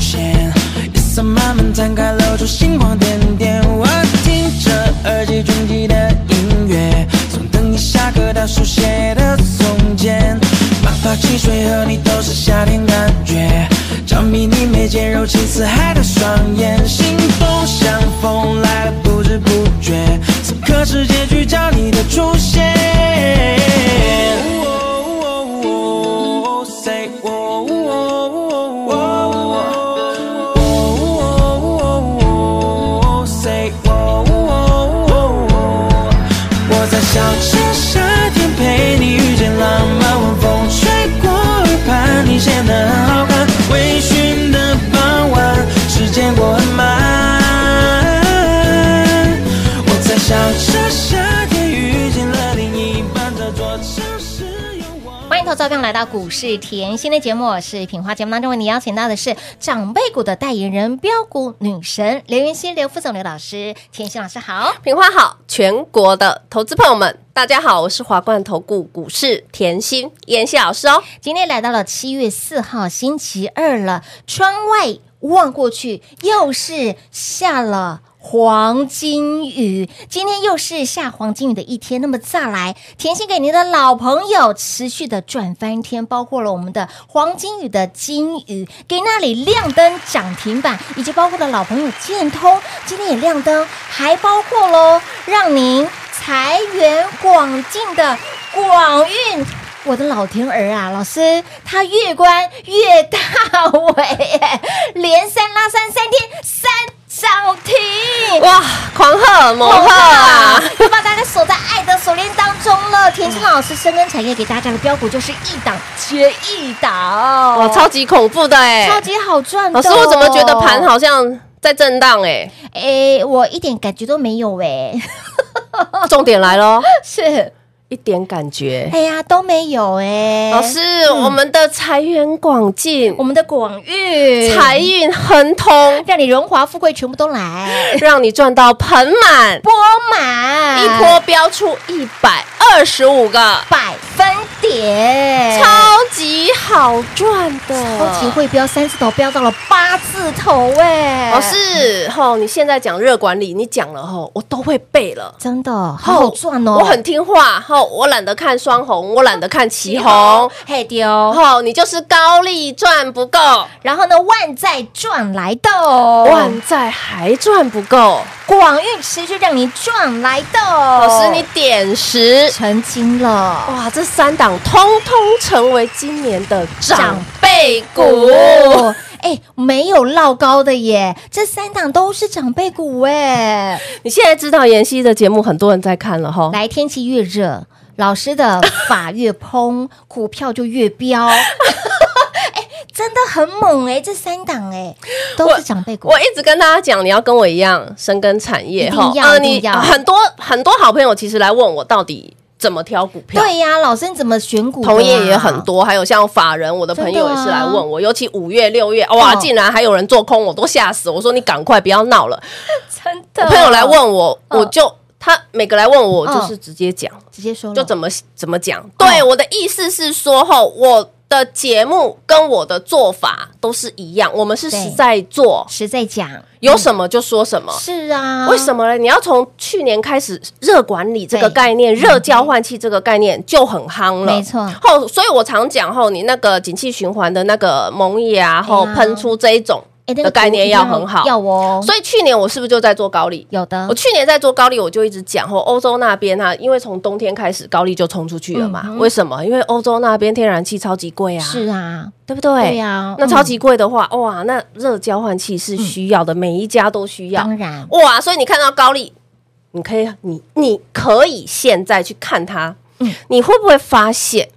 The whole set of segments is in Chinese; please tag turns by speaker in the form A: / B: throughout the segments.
A: 线，夜色慢慢摊开，露出星光点点。我听着耳机中记的音乐，从等你下课到书写的从前，哪怕汽水和你都是夏天感觉，着迷你眉间柔情似海的双眼，心动像风来了不知不觉，此刻世界聚焦你的出现。Say oh, oh, oh, oh, oh, say oh, oh, oh, oh. 我在小城夏天陪你遇见浪漫，晚风吹过耳畔，你显得很好看。微醺的傍晚，时间过很慢。我在小城夏天遇见了另一半，这座城市有我。
B: 欢迎投资者朋友来到股市甜心的节目，我是品花。节目当中为你邀请到的是长辈股的代言人标股女神刘云熙、刘副总、刘老师。甜心老师好，
C: 平花好，全国的投资朋友们，大家好，我是华冠投顾股市甜心妍希老师哦。
B: 今天来到了七月四号星期二了，窗外望过去又是下了。黄金雨，今天又是下黄金雨的一天。那么再来，甜心给您的老朋友持续的赚翻天，包括了我们的黄金雨的金雨，给那里亮灯涨停板，以及包括了老朋友建通今天也亮灯，还包括喽，让您财源广进的广运。我的老天儿啊，老师，他越关越大尾耶，连三拉三三天三涨停，
C: 哇，狂贺猛贺啊！
B: 就把大家锁在爱的锁链当中了。田心老师深耕产业给大家的标股就是一档接一档，
C: 哇，超级恐怖的哎、
B: 超级好赚的
C: 老
B: 哦。
C: 师，我怎么觉得盘好像在震荡哎、
B: 哎，我一点感觉都没有哎，
C: 哦重点来喽，
B: 是，
C: 一点感觉。嗯
B: 哎呀都没有哎。
C: 老师，我们的财源广进
B: 我，们的广誉
C: 财运亨通，
B: 让你荣华富贵全部都来，
C: 让你赚到盆满，
B: 波满
C: 一波飙出一百二十五个，
B: 百分
C: 嗯
B: 点，
C: 超级好赚的，
B: 超级。会飙，三字头飙到了八字头哎、
C: 老师，吼，你现在讲热管理，你讲了吼，我都会背了。
B: 真的好好赚哦，
C: 我很听话，吼，我懒得看双红，我懒得看旗红
B: 红，，嘿丢。
C: 吼，你就是高利赚不够，
B: 然后呢，万债赚来的哦，
C: 万债还赚不够。
B: 广运持续让你赚来的哦，
C: 老师，你点十，
B: 成精了。
C: 哦哇，这三档通通成为今年的长辈股
B: 股。。哎，没有落高的耶，这三档都是长辈股哎。
C: 你现在知道妍希的节目很多人在看了吼，
B: 来，天气越热， 老师的法越 蓬，股票就越飙。哎，真的很猛哎、这三档哎、都是长辈股
C: 我。一直跟大家讲，你要跟我一样深耕产业呃
B: 一定要一定
C: 你
B: 要
C: 很多很多好朋友其实来问我到底怎么挑股票。
B: 对呀、老师你怎么选股、啊？啊
C: 同业也很，多，还有像法人，我的朋友也是来问我，尤其五月、六月，哇，
B: 哦
C: 竟然还有人做空，我都吓死。我说你赶快不要闹了。
B: 真
C: 我
B: 的啊
C: 朋友来问我，
B: 嗯
C: 我就他每个来问我，我
B: 嗯
C: 就是直接讲，
B: 直接说了
C: 就怎么怎么讲。对，我的意思是说，吼，我的节目跟我的做法都是一样，我们是
B: 对
C: 实在做，
B: 实在讲，
C: 有什么就说什么。
B: 是啊，
C: 为什么呢？你要从去年开始，热管理这个概念、热交换器这个概念就很夯了，
B: 嗯没错
C: 后，所以我常讲后，你那个景气循环的那个萌芽啊，后
B: 哎呀
C: 喷出这一种
B: 哎那
C: 的
B: 个
C: 概念
B: 股一定
C: 要很好。
B: 要哦。
C: 所以去年我是不是就在做高利？
B: 有的
C: 我，去年在做高利，我就一直讲后，欧洲那边啊，因为从冬天开始高利就冲出去了嘛。为什么？因为欧洲那边天然气超级贵啊，
B: 嗯是啊，
C: 对不对？
B: 对呀
C: 那
B: 嗯
C: 超级贵的话，哇，那热交换器是需要的，每一家都需要。
B: 当然
C: 哇，所以你看到高利，你可以，你你可以现在去看它，你会不会发现，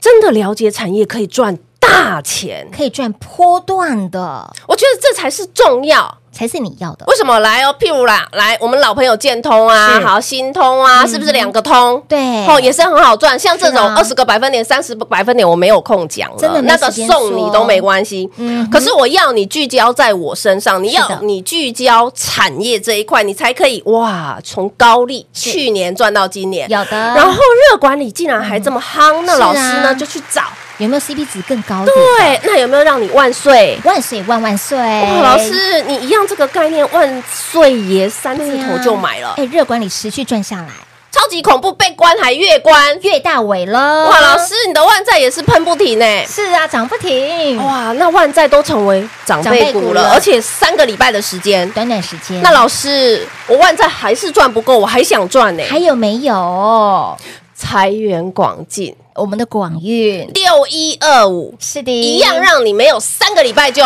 C: 真的了解产业可以赚大钱。
B: 可以赚波段的，
C: 我觉得这才是重要。
B: 才是你要的。
C: 为什么来哦？譬如啦，来我们老朋友建通啊，
B: 是嗯
C: 好新通啊，是不是两个通？
B: 对
C: 哦，也是很好赚。像这种
B: 是啊
C: 二十个百分点、三十个百分点，我没有空讲了，
B: 真的没
C: 那个
B: 时间
C: 送
B: 说
C: 你都没关系。
B: 嗯哼
C: 可是我要你聚焦在我身上，你
B: 是的
C: 要你聚焦产业这一块，你才可以哇，从高利去年赚到今年。
B: 有的，
C: 然后热管理竟然还这么夯，那
B: 是啊
C: 老师呢就去找。
B: 有没有 CP 值更高一点？
C: 对，那有没有让你万岁？
B: 万岁万万岁！
C: 哇，老师，你一样这个概念，万岁爷三字头就买了，
B: 哎，热管理持续赚下来，
C: 超级恐怖，被关还越关。
B: 越大尾了。
C: 哇，老师，你的万债也是喷不停呢、
B: 是啊，涨不停，
C: 哇，那万债都成为嗯长辈
B: 长辈
C: 股
B: 股
C: 了，
B: 了
C: 而且三个礼拜的时间。
B: 短短时间，
C: 那老师，我万债还是赚不够，我还想赚呢、
B: 还有没有
C: 财源广进
B: 我们的广运？
C: 六一二五，
B: 是的，
C: 一样让你没有三个礼拜就。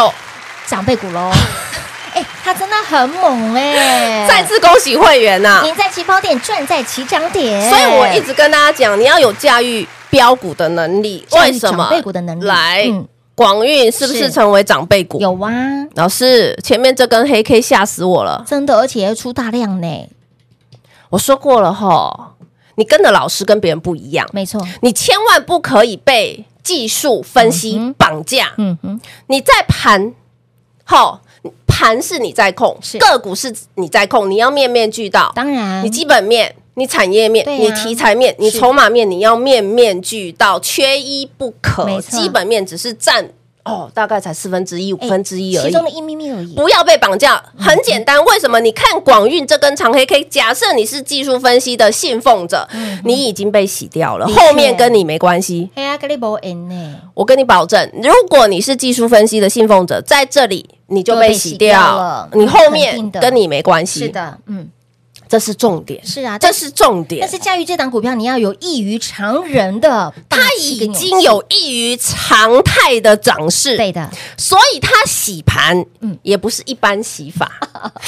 B: 长辈股 喽。哎，他真的很猛哎！
C: 再次恭喜会员啊呐、
B: 赢在起跑点，赚在起涨点。
C: 所以我一直跟大家讲，你要有驾驭标股的能力。
B: 驾驭
C: 为什么？
B: 长辈股的能力
C: 来
B: 嗯，
C: 广运是不
B: 是
C: 是成为长辈股？
B: 有啊，
C: 老师，前面这根黑 K 吓死我了！
B: 真的，而且要出大量呢。
C: 我说过了吼，你跟着老师跟别人不一样，
B: 没错，
C: 你千万不可以被技术分
B: 嗯
C: 析
B: 哼
C: 绑架。
B: 嗯哼，
C: 你在盘，吼，盘是你在控
B: 是，
C: 个股是你在控，你要面面俱到。
B: 当然，
C: 你基本面、你产业面、
B: 对啊
C: 你题材面、你
B: 是
C: 筹码面，你要面面俱到，缺一不
B: 没
C: 可。
B: 错
C: 基本面只是占哦，大概才四分之一、五
B: 哎
C: 分之一而
B: 其
C: 已嗯
B: 中。的嗯一咪咪而已。
C: 不要被绑架，很简单。为什么？你看广运这根长黑 K，假设你是技术分析的信奉者，你已经被洗掉了，
B: 嗯的确
C: 后面跟你没关系。
B: 哎呀，格力博 N 呢？
C: 我跟你保证，如果你是技术分析的信奉者，在这里你就被洗
B: 就被洗
C: 掉
B: 掉了
C: 你后
B: 肯定
C: 面
B: 的
C: 跟你没关系。
B: 是，的，嗯，
C: 这是重点，
B: 是啊，
C: 这是重点。
B: 但是驾驭这档股票，你要有异于常人的大
C: 它
B: 气
C: 已
B: 跟勇气，
C: 经有异于常态的涨势，
B: 对的，
C: 所以它洗盘，
B: 嗯
C: 也不是一般洗 法，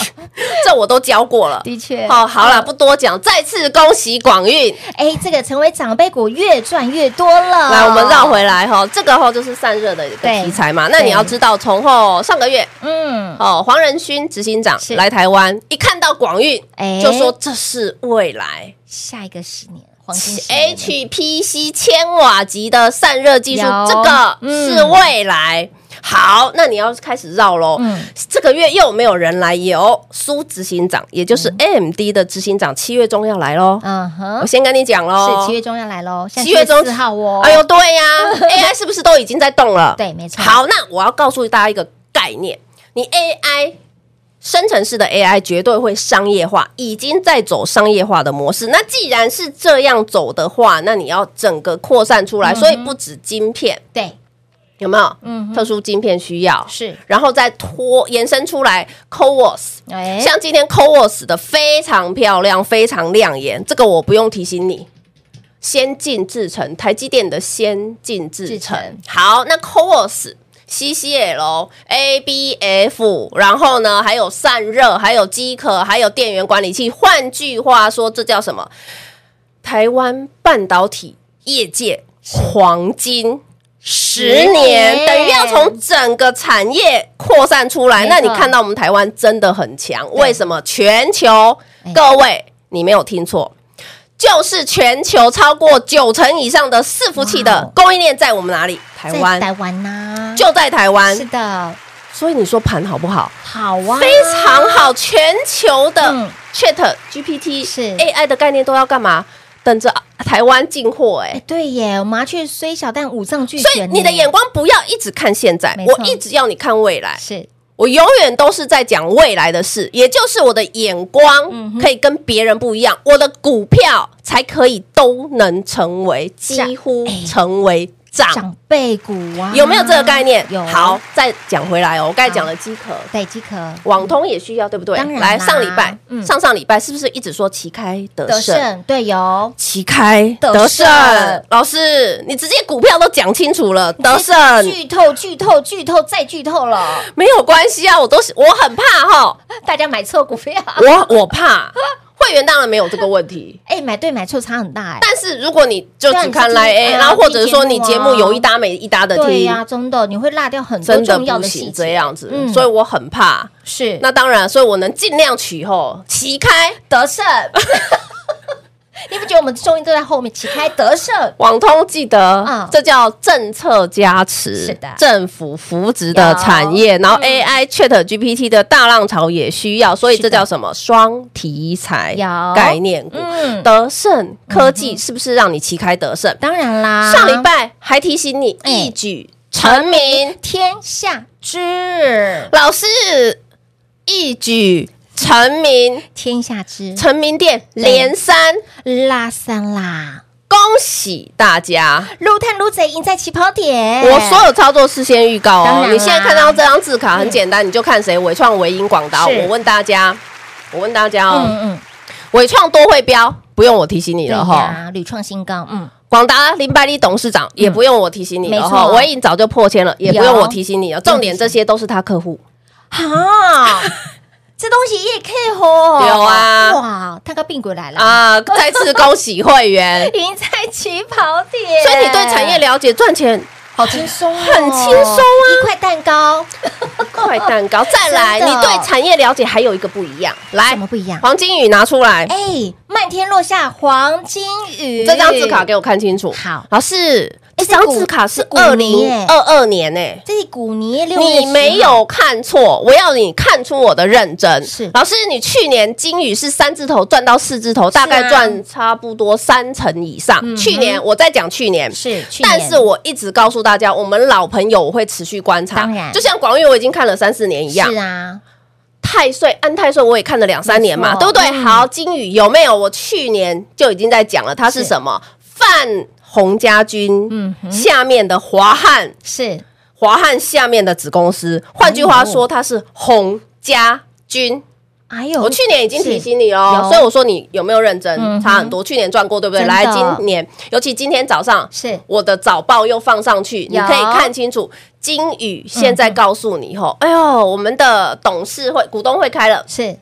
C: 这我都教过了。
B: 的确
C: 哦，好了，不多讲，再次恭喜广运。
B: 哎，这个成为长辈股越赚越多了。
C: 来，我们绕，回来哈，这个哈就是散热的一个
B: 对
C: 题材嘛。那你
B: 对
C: 要知道，从后上个月
B: 嗯，
C: 哦，黄仁勋执行长
B: 是
C: 来台湾，一看到广运
B: 哎，
C: 就说这是未来。
B: 下一个十年黄金十年
C: 哎 HPC 千瓦级的散热技术
B: 有，
C: 这个
B: 嗯
C: 是未来。好，那你要开始绕喽。
B: 嗯
C: 这个月又没有人来，有苏执行长，也就是 AMD 的执行长，七月中要来喽。
B: 嗯
C: 我
B: 哼，
C: 先跟你讲喽，
B: 是七月中要来喽，像
C: 哦七月中
B: 四号哦。
C: 哎呦，，对 呀，AI 是不是都已经在动了？
B: 对没错
C: 好，那我要告诉大家一个概念，你 AI 生成式的 AI 绝对会商业化，已经在走商业化的模式。那既然是这样走的话，那你要整个扩散出来，所以不止晶片，
B: 对，
C: 有没有？
B: 嗯嗯哼
C: 特殊晶片需要。
B: 是，
C: 然后再拖延伸出来 c o w o s
B: 哎，
C: 像今天 c o w o s 的非常漂亮，非常亮眼，这个我不用提醒你。先进制程，台积电的先进制
B: 制
C: 程
B: 程。
C: 好，那 c o o s CCL、ABF，然后呢，还有散热，还有机壳，还有电源管理器。换句话说，这叫什么？台湾半导体业界黄金十
B: 年
C: 年，等于要从整个产业扩散出来。
B: 没
C: 那你
B: 错
C: 看到我们台湾真的很强，
B: 对
C: 为什么？全球
B: 哎
C: 各位，你没有听错。就是全球超过九成以上的伺服器
B: 哇
C: 的
B: 哦
C: 供应链在我们哪里？台
B: 在
C: 湾，
B: 台湾呐，
C: 就在台
B: 是
C: 湾。
B: 的，
C: 所以你说盘好不好？
B: 好啊，
C: 非常好，全球的
B: 嗯
C: Chat GPT
B: 是
C: AI 的概念都要干嘛？等着台湾进货哎
B: 哎，。对耶，麻雀虽小，但五脏俱
C: 所以
B: 全呢。
C: 你的眼光不要一直看现在
B: 没，错
C: 我一直要你看未来。
B: 是
C: 我永远都是在讲未来的事，也就是我的眼
B: 嗯
C: 光
B: 哼
C: 可以跟别人不一样，我的股票才可以都能成为几乎
B: 哎
C: 成为涨。
B: 长辈股啊，
C: 有没有这个概念？
B: 有。
C: 好，，再讲回来哦，我刚才讲了机壳。
B: 对，即可
C: 网通也需要，对不对？
B: 当然
C: 来
B: 啦
C: 上礼拜、
B: 嗯
C: 上上礼拜是不是一直说旗开得
B: 得
C: 胜？
B: 胜，对，有
C: 旗开
B: 得
C: 得胜
B: 胜，
C: 老师，你直接股票都讲清楚了，得胜
B: 剧透，剧透，剧透，再剧透了，
C: 没有关系啊，我都是我很怕哈，
B: 大家买错股票，
C: 我我怕会会员当然没有这个问题。
B: 哎，买对买错差很大哎。
C: 但是如果你就
B: 对啊
C: 只
B: 你
C: 看
B: 就
C: 来
B: 听
C: A，
B: 啊
C: 然后或者是说
B: 听
C: 你节
B: 节目啊
C: 目有一搭没一搭的
B: 对
C: 听
B: 呀、，真的你会落掉很多
C: 真的
B: 重要
C: 不
B: 的细
C: 行
B: 节。
C: 这样子
B: 嗯，
C: 所以我很怕。
B: 是
C: 那当然，所以我能尽量取后旗开。
B: 得胜， 你不觉得我们终于都在后面旗开得胜？
C: 网通记得，
B: 嗯
C: 这叫政策加持，
B: 是的嗯
C: 政府扶植的产业，然后 AI、Chat GPT 的大浪潮也需要，所以
B: 是的
C: 这叫什么双题材
B: 有
C: 概念股，
B: 嗯
C: 德胜科技是不是让你旗开得胜？
B: 当然啦，
C: 上礼拜还提醒你
B: 哎
C: 一举成名，
B: 天下知，
C: 老师一举成名，
B: 天下知，
C: 成名店连三，
B: 拉三啦，
C: 恭喜大家！
B: 撸探撸贼赢在起跑点。
C: 我所有操作事先预告
B: 哎当然
C: 哦
B: 啦，
C: 你现在看到这张字卡很简单，你就看谁伟创、伟英、广达。
B: 是
C: 我问大家，我问大家哦，
B: 嗯嗯，
C: 伟创多会标，不用我提醒你
B: 对
C: 了哈。
B: 呀，屡创新高，嗯，
C: 广达林百里董事长也不用我提醒你了
B: 没
C: 哈，
B: 错
C: 伟影早就破千了，也不用
B: 有
C: 我提醒你了。重点这些都是他客户，
B: 好，这东西也可以吼，
C: 有啊
B: 哇，他个病鬼来了，
C: 啊！再次恭喜 会 员，
B: 赢在起跑点，
C: 所以你对产业了解，赚钱
B: 好轻松哦，
C: 很轻松啊
B: 一块蛋糕，
C: 快蛋糕。再来，
B: 真
C: 你
B: 的
C: 对产业了解还有一个不一样，来
B: 怎么不一样？
C: 黄金雨拿出来。
B: 哎，漫天落下黄金雨，
C: 这张字卡给我看清楚。
B: 好
C: 老师，这
B: 是
C: 张
B: 股
C: 字卡是
B: 是股
C: 二
B: 民
C: 零
B: 耶
C: 二二年诶、
B: 这是古年六月
C: 你没
B: 10号
C: 有看错，我要你看出我的认真。
B: 是
C: 老师，你去年金宇是三字头赚到四字头，大
B: 啊
C: 概赚差不多三成以上。
B: 嗯
C: 去年我在讲去年
B: 是去年
C: 但是我一直告诉大家，我们老朋友我会持续观察。
B: 当然
C: 就像广运我已经看了三四年一样
B: 是，啊，
C: 太岁安太岁我也看了两三年嘛，
B: 没错
C: 对不对？好，金宇有没有？我去年就已经在讲了，它是什么？范洪家军，
B: 嗯
C: 嗯，下面的华汉，
B: 是
C: 华汉下面的子公司，换句话
B: 哦
C: 说，它是洪家军。
B: 哎呦，
C: 我去年已经提醒你
B: 是
C: 哦
B: 有，
C: 所以我说你有没有认真？
B: 嗯哼
C: 差很多，去年赚过，对不对？
B: 真的
C: 来，今年尤其今天早上
B: 是
C: 我的早报又放上去，你
B: 有
C: 可以看清楚。金宇现在告诉你后，哎呦，我们的董事会股东会开了，
B: 是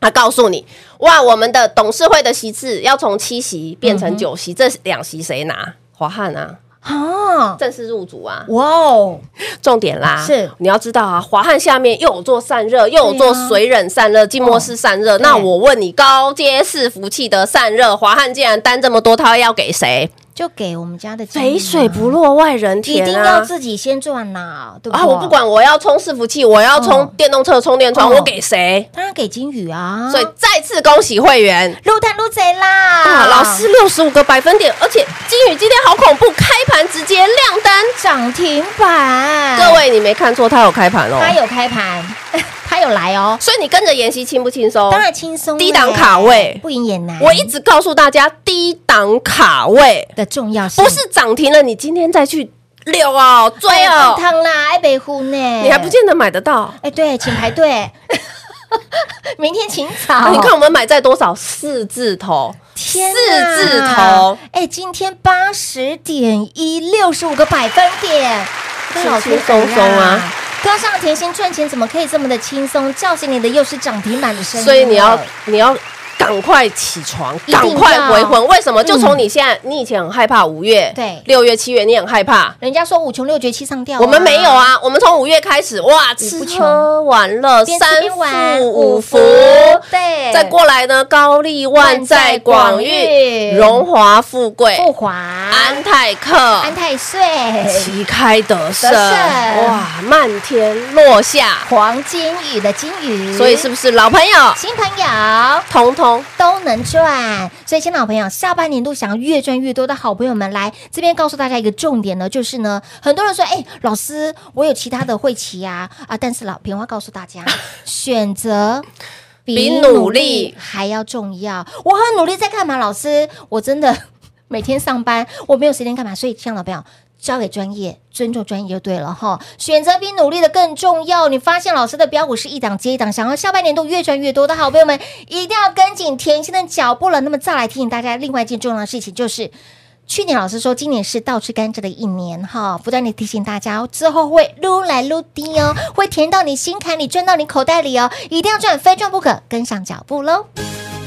C: 他告诉你，哇，我们的董事会的席次要从七席变成九席，这两席谁拿？华汉啊，
B: 啊，
C: 正式入主啊，
B: 哇哦，
C: 重点啦，
B: 是
C: 你要知道啊，华汉下面又有做散热，又有做水冷散热、静默式散热。那我问你，高阶伺服器的散热，华汉竟然单这么多，他要给谁？
B: 就给我们家的
C: 肥
B: 落。
C: 水不落外人
B: 一
C: 田
B: 定要
C: 啊！
B: 自己先赚啦，对不对？
C: 啊，我不，管，我要充伺服器，我要充
B: 嗯
C: 电动车充电
B: 嗯
C: 窗，我给谁？
B: 当然给金宇啊，
C: 所以再次恭喜会员，
B: 撸探撸贼啦，
C: 啊，老师六十五个百分点，而且金宇今天好恐怖，开盘直接亮单。
B: 涨停板，
C: 各，位，你没看错，它有开盘哦。
B: 哎他有开盘， 他有来哦，
C: 所以你跟着妍希轻不轻松？
B: 当然轻松嘞，
C: 哦低档卡位
B: 不赢也难，
C: 我一直告诉大家，低档卡位
B: 的重要性
C: 不是涨停了，你今天再去溜哦、
B: 哎
C: 追哦，
B: 汤啦，爱北湖呢，
C: 你还不见得买得到。
B: 哎，对，请排队， 明天请早。
C: 啊你看我们买在多少？四字头，
B: 天
C: 四
B: 哪
C: 字头，
B: 哎，今天八十点一六十五个百分点，
C: 轻
B: 老天
C: 轻松松啊
B: 爷！跟上甜心赚钱怎么可以这么的轻松？叫醒你的又是涨停板的声音，
C: 所以你要你要。赶快起床，
B: 啊一定要
C: 赶快回魂。为什么？就从你现在，你以前很害怕五月、
B: 嗯对
C: 六月、七月，你很害怕，
B: 人家说五穷六绝七上吊啊，
C: 我们没有啊，我们从五月开始，哇，
B: 不
C: 吃
B: 穷
C: 喝玩乐
B: 边
C: 三
B: 吃边玩，
C: 富五福，
B: 对，
C: 再过来呢，高丽、万载、广
B: 万载广
C: 誉、
B: 誉
C: 荣华富贵、
B: 富华、
C: 安
B: 安
C: 泰克、
B: 太岁、
C: 旗开得胜，
B: 得胜
C: 哇，漫天落下。
B: 黄金雨的金鱼，
C: 所以是不是老朋友，
B: 新朋友。
C: 通通
B: 都能赚。所以，亲老朋友，下半年度想要越赚越多的好朋友们，来这边告诉大家一个重点呢，就是呢，很多人说，哎、老师，我有其他的会期啊啊，但是老平花告诉大家，选择。
C: 比努力
B: 还要重要。我很努力在干嘛？老师，我真的每天上班，我没有时间干嘛。所以，亲老朋友，交给专业，尊重专业就对了哈。选择比努力的更重要。你发现老师的标股是一档接一档，想要下半年度越赚越多的好朋友们，一定要跟紧甜心的脚步了。那么再来提醒大家另外一件重要的事情，就是去年老师说，今年是倒吃甘蔗的一年哈，不断的提醒大家哦，之后会撸来撸低哦，会甜到你心坎里，赚到你口袋里哦，一定要赚，非赚不可，跟上脚步喽。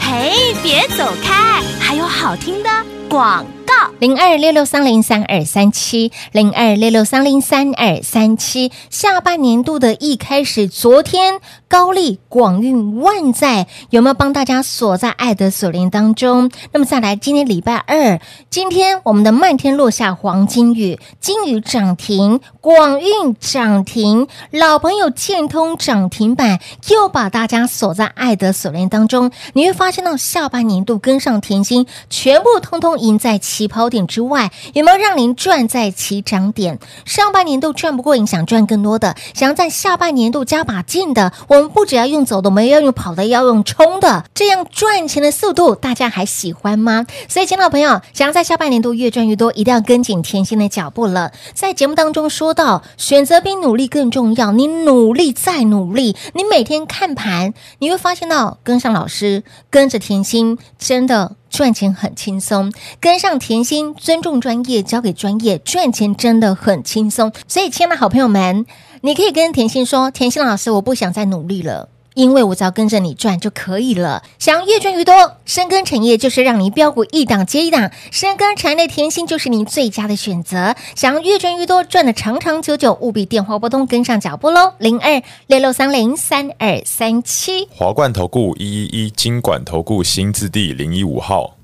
D: 嘿，嘿，别走开，还有好听的广告。
B: 零二六六三零三二三七，零二六六三零三二三七。下半年度的一开始，昨天高丽、广运、万载有没有帮大家锁在爱的锁链当中？那么再来，今天礼拜二，今天我们的漫天落下黄金雨，金雨涨停，广运涨停，老朋友建通涨停板，又把大家锁在爱的锁链当中。你会发现到下半年度跟上甜心，全部通通赢在起跑点之外，有没有让您赚在起涨点？上半年度赚不过瘾，想赚更多的，想要在下半年度加把劲的，我们不只要用走的，我们要用跑的，要用冲的，这样赚钱的速度，大家还喜欢吗？所以，亲爱的朋友，想要在下半年度越赚越多，一定要跟紧甜心的脚步了。在节目当中说到，选择比努力更重要，你努力再努力，你每天看盘，你会发现到跟上老师，跟着甜心，真的。赚钱很轻松，跟上甜心，尊重专业，交给专业，赚钱真的很轻松。所以，亲爱的好朋友们，你可以跟甜心说：“甜心老师，我不想再努力了。”因为我只要跟着你赚就可以了。想要越赚越多，深耕产业就是让你标股一档接一档，深耕产业的甜心就是您最佳的选择。想要越赚越多，赚的长长久久，务必电话拨通跟上脚步喽，零二六六三零三二三七。
E: 华冠投顾一一一金管投顾新字第零一五号，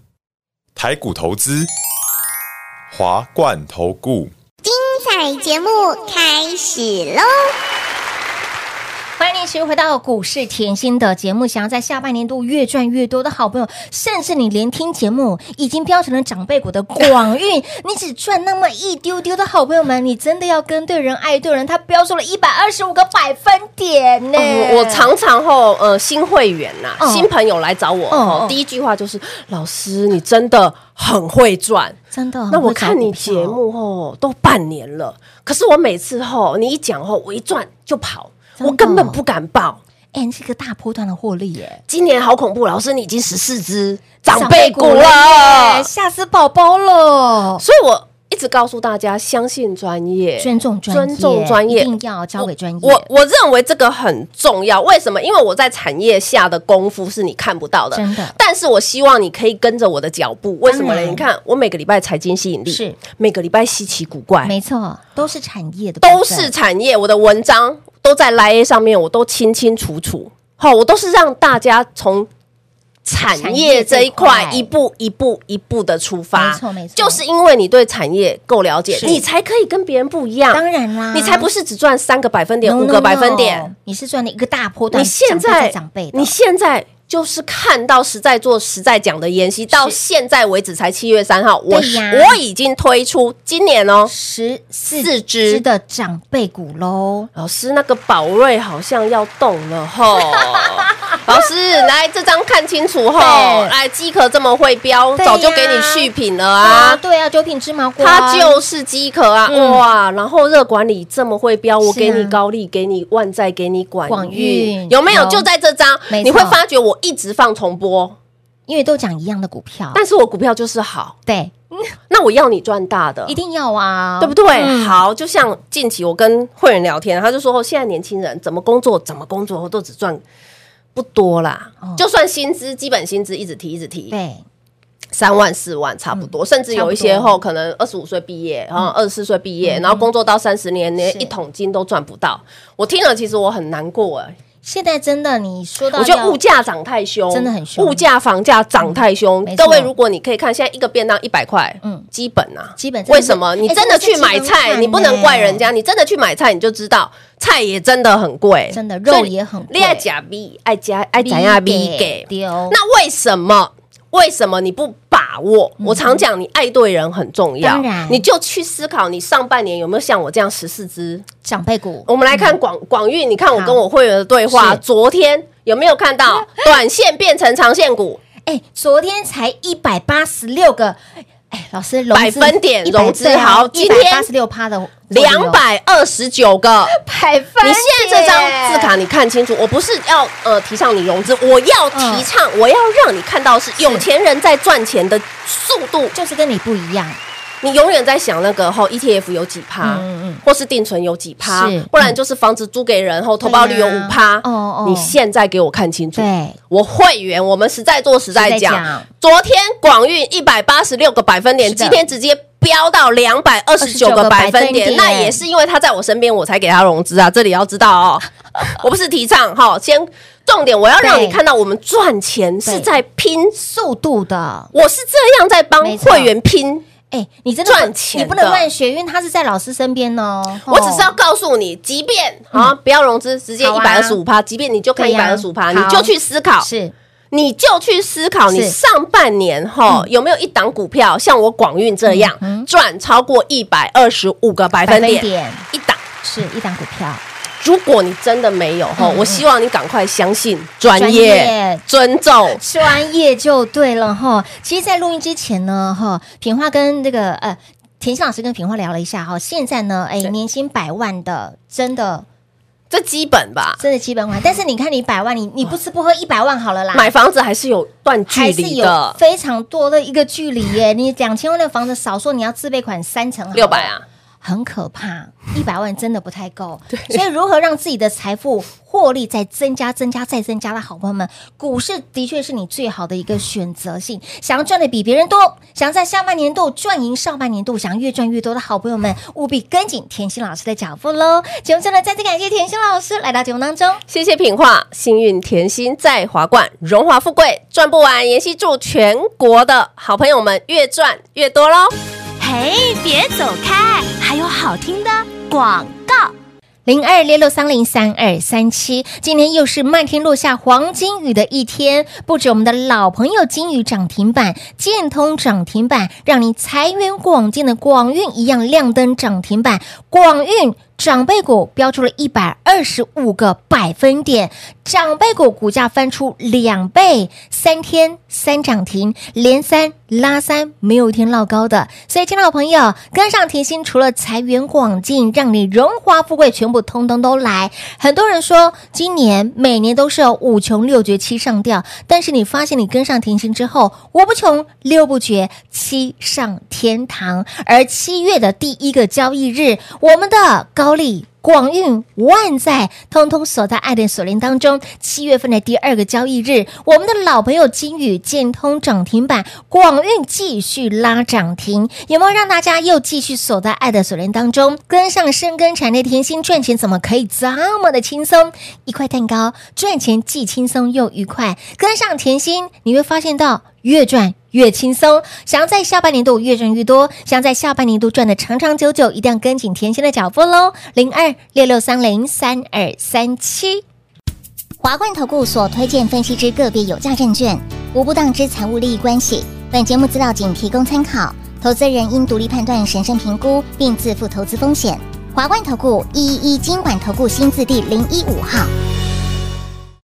E: 台股投资，华冠投顾。
F: 彩节目开始喽！
B: 欢迎您持续回到股市甜心的节目。想要在下半年度越赚越多的好朋友，甚至你连听节目已经飙成了长辈股的广运，你只赚那么一丢丢的好朋友们，你真的要跟对人爱对人。他飙出了一百二十五个百分点呢、
C: 哦我我常常吼呃新会员呐、
B: 哦
C: 新朋友来找我
B: 哦
C: 吼
B: 哦
C: 第一句话就是老师你真的很会赚。
B: 真的很
C: 哦那我
B: 嗯会找
C: 看
B: 股
C: 你
B: 票
C: 节目吼都半年了，可是我每次吼你一讲吼我一赚就跑，
B: 真的哦
C: 我根本不敢报。
B: 哎、你是个大波段的获利耶，
C: 今年好恐怖，老师你已经十四只长
B: 长
C: 辈
B: 辈
C: 股
B: 股
C: 了
B: 耶，吓死宝宝了。
C: 所以我一直告诉大家，相信专业，
B: 尊重专业，
C: 尊重专业
B: 一定要交给专业。
C: 我我认为这个很重要，为什么？因为我在产业下的功夫是你看不到的，
B: 真的
C: 但是我希望你可以跟着我的脚步，为什么呢？
B: 当然
C: 你看，我每个礼拜财经吸引力
B: 是
C: 每个礼拜稀奇古怪，
B: 没错，都是产业的部分，
C: 都是产业，我的文章都在 l i 上面，我都清清楚楚。好，我都是让大家从产
B: 产
C: 业
B: 业
C: 这
B: 这
C: 一
B: 一
C: 块
B: 块
C: 一步一步一步的出发，
B: 没错没错
C: 就是因为你对产业够了解，
B: 是
C: 你才可以跟别人不一样。
B: 当然啦
C: 你才不是只赚三个百分点、
B: No,
C: 五
B: no,
C: 个百分
B: no，
C: 点。
B: 你是赚了一个大波段。
C: 你现
B: 长辈
C: 在
B: 再长辈的，
C: 你现在就是看到实在做、实在讲的研习，到现在为止才七月三号，我
B: 对呀
C: 我已经推出今年哦，
B: 十四
C: 四只
B: 只的长辈股喽。
C: 老师，那个宝瑞好像要动 了吼。老师，来这张看清楚吼，
B: 对
C: 来机壳这么会标，
B: 对
C: 早就给你
B: 呀
C: 续品了啊。
B: 对啊，九品芝麻官，
C: 它就是机壳啊，
B: 嗯
C: 哇！然后热管理这么会标，我
B: 是啊
C: 给你高利，给你万载，给你广
B: 广
C: 域，
B: 域
C: 有没有？
B: 有
C: 就在这张，
B: 没错
C: 你会发觉我一直放重播，
B: 因为都讲一样的股票，
C: 但是我股票就是好，
B: 对，
C: 那我要你赚大的，
B: 一定要啊，
C: 哦对不对？
B: 嗯
C: 好，就像近期我跟会员聊天，他就说哦现在年轻人怎么工作怎么工作，都只赚不多啦。
B: 哦
C: 就算薪资基本薪资一直提一直提，
B: 对，
C: 三万四万差不多，甚至有一
B: 嗯
C: 些
B: 差不多嗯
C: 后可能二十五岁毕业，然后二十四岁毕业，然后工作到三十年，连
B: 是
C: 一桶金都赚不到。我听了，其实我很难过哎、
B: 现在真的你说到
C: 我觉得
B: 要
C: 物价涨太凶，
B: 真的很凶
C: 物价、房价涨太凶
B: 没。错
C: 各位，如果你可以看，现在一个便当一百块，
B: 嗯
C: 嗯，基本啊，
B: 基本真的
C: 为
B: 是
C: 什么？你
B: 哎
C: 真的去买
B: 真的是基
C: 菜，
B: 本哎
C: 你不能
B: 款
C: 怪
B: 呢
C: 人家，你真的去买菜，你就知道菜也真的很贵，
B: 真的
C: 所以
B: 肉也很贵
C: 你爱假币，爱加爱怎样币给
B: 给丢
C: 那为什么？为什么你不把握？我常讲，你爱对人很重要
B: 嗯当然，
C: 你就去思考，你上半年有没有像我这样十四只
B: 长辈股，
C: 我们来看广广运，你看我
B: 好
C: 跟我会员的对话，
B: 是
C: 昨天有没有看到短线变成长线股？
B: 哎，昨天才一百八十六个，哎，老师融
C: 百
B: 资
C: 分点融资好
B: 一
C: 今
B: 百
C: 天
B: 八十六趴的
C: 两百二十九个，
B: 百分
C: 你现在这张字卡你看清楚，我不是要呃提倡你融资，我要提倡，
B: 嗯
C: 我要让你看到是有钱人在赚钱的速度，
B: 就是跟你不一样，
C: 你永远在想那个后 ETF 有几趴，
B: 嗯嗯
C: 或是定存有几趴
B: 是，嗯
C: 不然就是房子租给人后投报率有
B: 对啊
C: 五趴。
B: 哦哦
C: 你现在给我看清楚。
B: 对，
C: 我会员，我们实在做实在
B: 实在
C: 讲。
B: 讲
C: 昨天广运一百八十六个百分点，
B: 是的
C: 今天直接。飙到两百二十九
B: 29个
C: 个百
B: 百
C: 分
B: 分
C: 点，
B: 点
C: 那也是因为他在我身边，我才给他融资啊。这里要知道 哦，我不是提倡哈，先重点我要让你
B: 对
C: 看到我们赚钱是
B: 对
C: 在拼，
B: 速度的，
C: 我是这样在帮
B: 没错
C: 会员拼。
B: 哎，你真的
C: 赚钱的
B: 你不能乱学，因为他是在老师身边哦。嗯
C: 我只是要告诉你，即便啊不要融资，直接
B: 好
C: 一
B: 啊
C: 百二十五趴，即便你就看
B: 对
C: 一
B: 呀
C: 百二十五趴，你
B: 好
C: 就去思考
B: 哦，是
C: 你就去思考，
B: 是嗯
C: 你上半年哈有没有一档股票像我广运这样赚超过一百二十五个百分点
B: 点
C: 一档？
B: 是一档股票，
C: 如果你真的没有哈，
B: 嗯嗯
C: 我希望你赶快相信专
B: 专
C: 业
B: 业、
C: 尊重。
B: 专业就对了哈。其实，在录音之前呢，哈，品花跟这个呃田心老师跟品花聊了一下哈。现在呢，哎，
C: 对
B: 年薪百万的，真的
C: 这基本吧，
B: 真的基本款。但是你看，你百万，你你不吃不喝一百万好了啦，
C: 买房子还是有段距
B: 啊还是
C: 离
B: 有
C: 的，
B: 非常多的一个距离耶。你两千万的房子，少说你要自备款三成，
C: 六百，啊，
B: 很可怕，一百万真的不太够。所以如何让自己的财富获利再增加、增加、再增加的好朋友们，股市的确是你最好的一个选择性。想要赚的比别人多，想要在下半年度赚赢上半年度，想要越赚越多的好朋友们，务必跟紧甜心老师的脚步喽。节目最后呢，再次感谢甜心老师来到节目当中。
C: 谢谢品画，幸运甜心在华冠，荣华富贵赚不完。妍希祝全国的好朋友们越赚越多喽！
D: 嘿，别走开，还有好听的广告。
B: 零二六六三零三二三七，今天又是漫天落下黄金雨的一天，不止我们的老朋友金宇涨停板、建通涨停板，让你财源广进的广运一样亮灯涨停板，广运。长辈股标出了一百二十五个百分点，长辈股股价翻出两倍，三天三涨停，连三拉三，没有一天落高的。所以，亲爱的朋友，跟上甜心，除了财源广进，让你荣华富贵全部通通都来。很多人说，今年每年都是有五穷六绝七上吊，但是你发现你跟上甜心之后，五不穷，六不绝，七上天堂。而七月的第一个交易日，我们的高利。广运、万载，通通锁在爱的锁链当中。七月份的第二个交易日，我们的老朋友金宇、建通涨停板，广运继续拉涨停，有没有让大家又继续锁在爱的锁链当中，跟上深耕产业甜心赚钱？怎么可以这么的轻松？一块蛋糕赚钱既轻松又愉快，跟上甜心，你会发现到越赚越轻松。想要在下半年度越赚越多，想要在下半年度赚的长长久久，一定要跟紧甜心的脚步喽！零二六六三零三二三七。
F: 华冠投顾所推荐分析之个别有价证券，无不当之财务利益关系。本节目资料仅提供参考，投资人应独立判断、审慎评估，并自负投资风险。华冠投顾一一一金管投顾新字第零一五号。